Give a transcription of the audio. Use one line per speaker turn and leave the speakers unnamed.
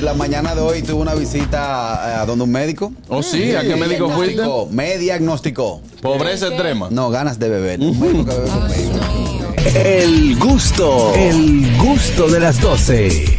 la mañana de hoy tuve una visita eh, a donde un médico.
Oh, sí, ¿a qué médico fuiste?
Diagnosticó, me diagnosticó.
Pobreza extrema.
No, ganas de beber. Un médico que bebe con leche.
El gusto, el gusto de las 12.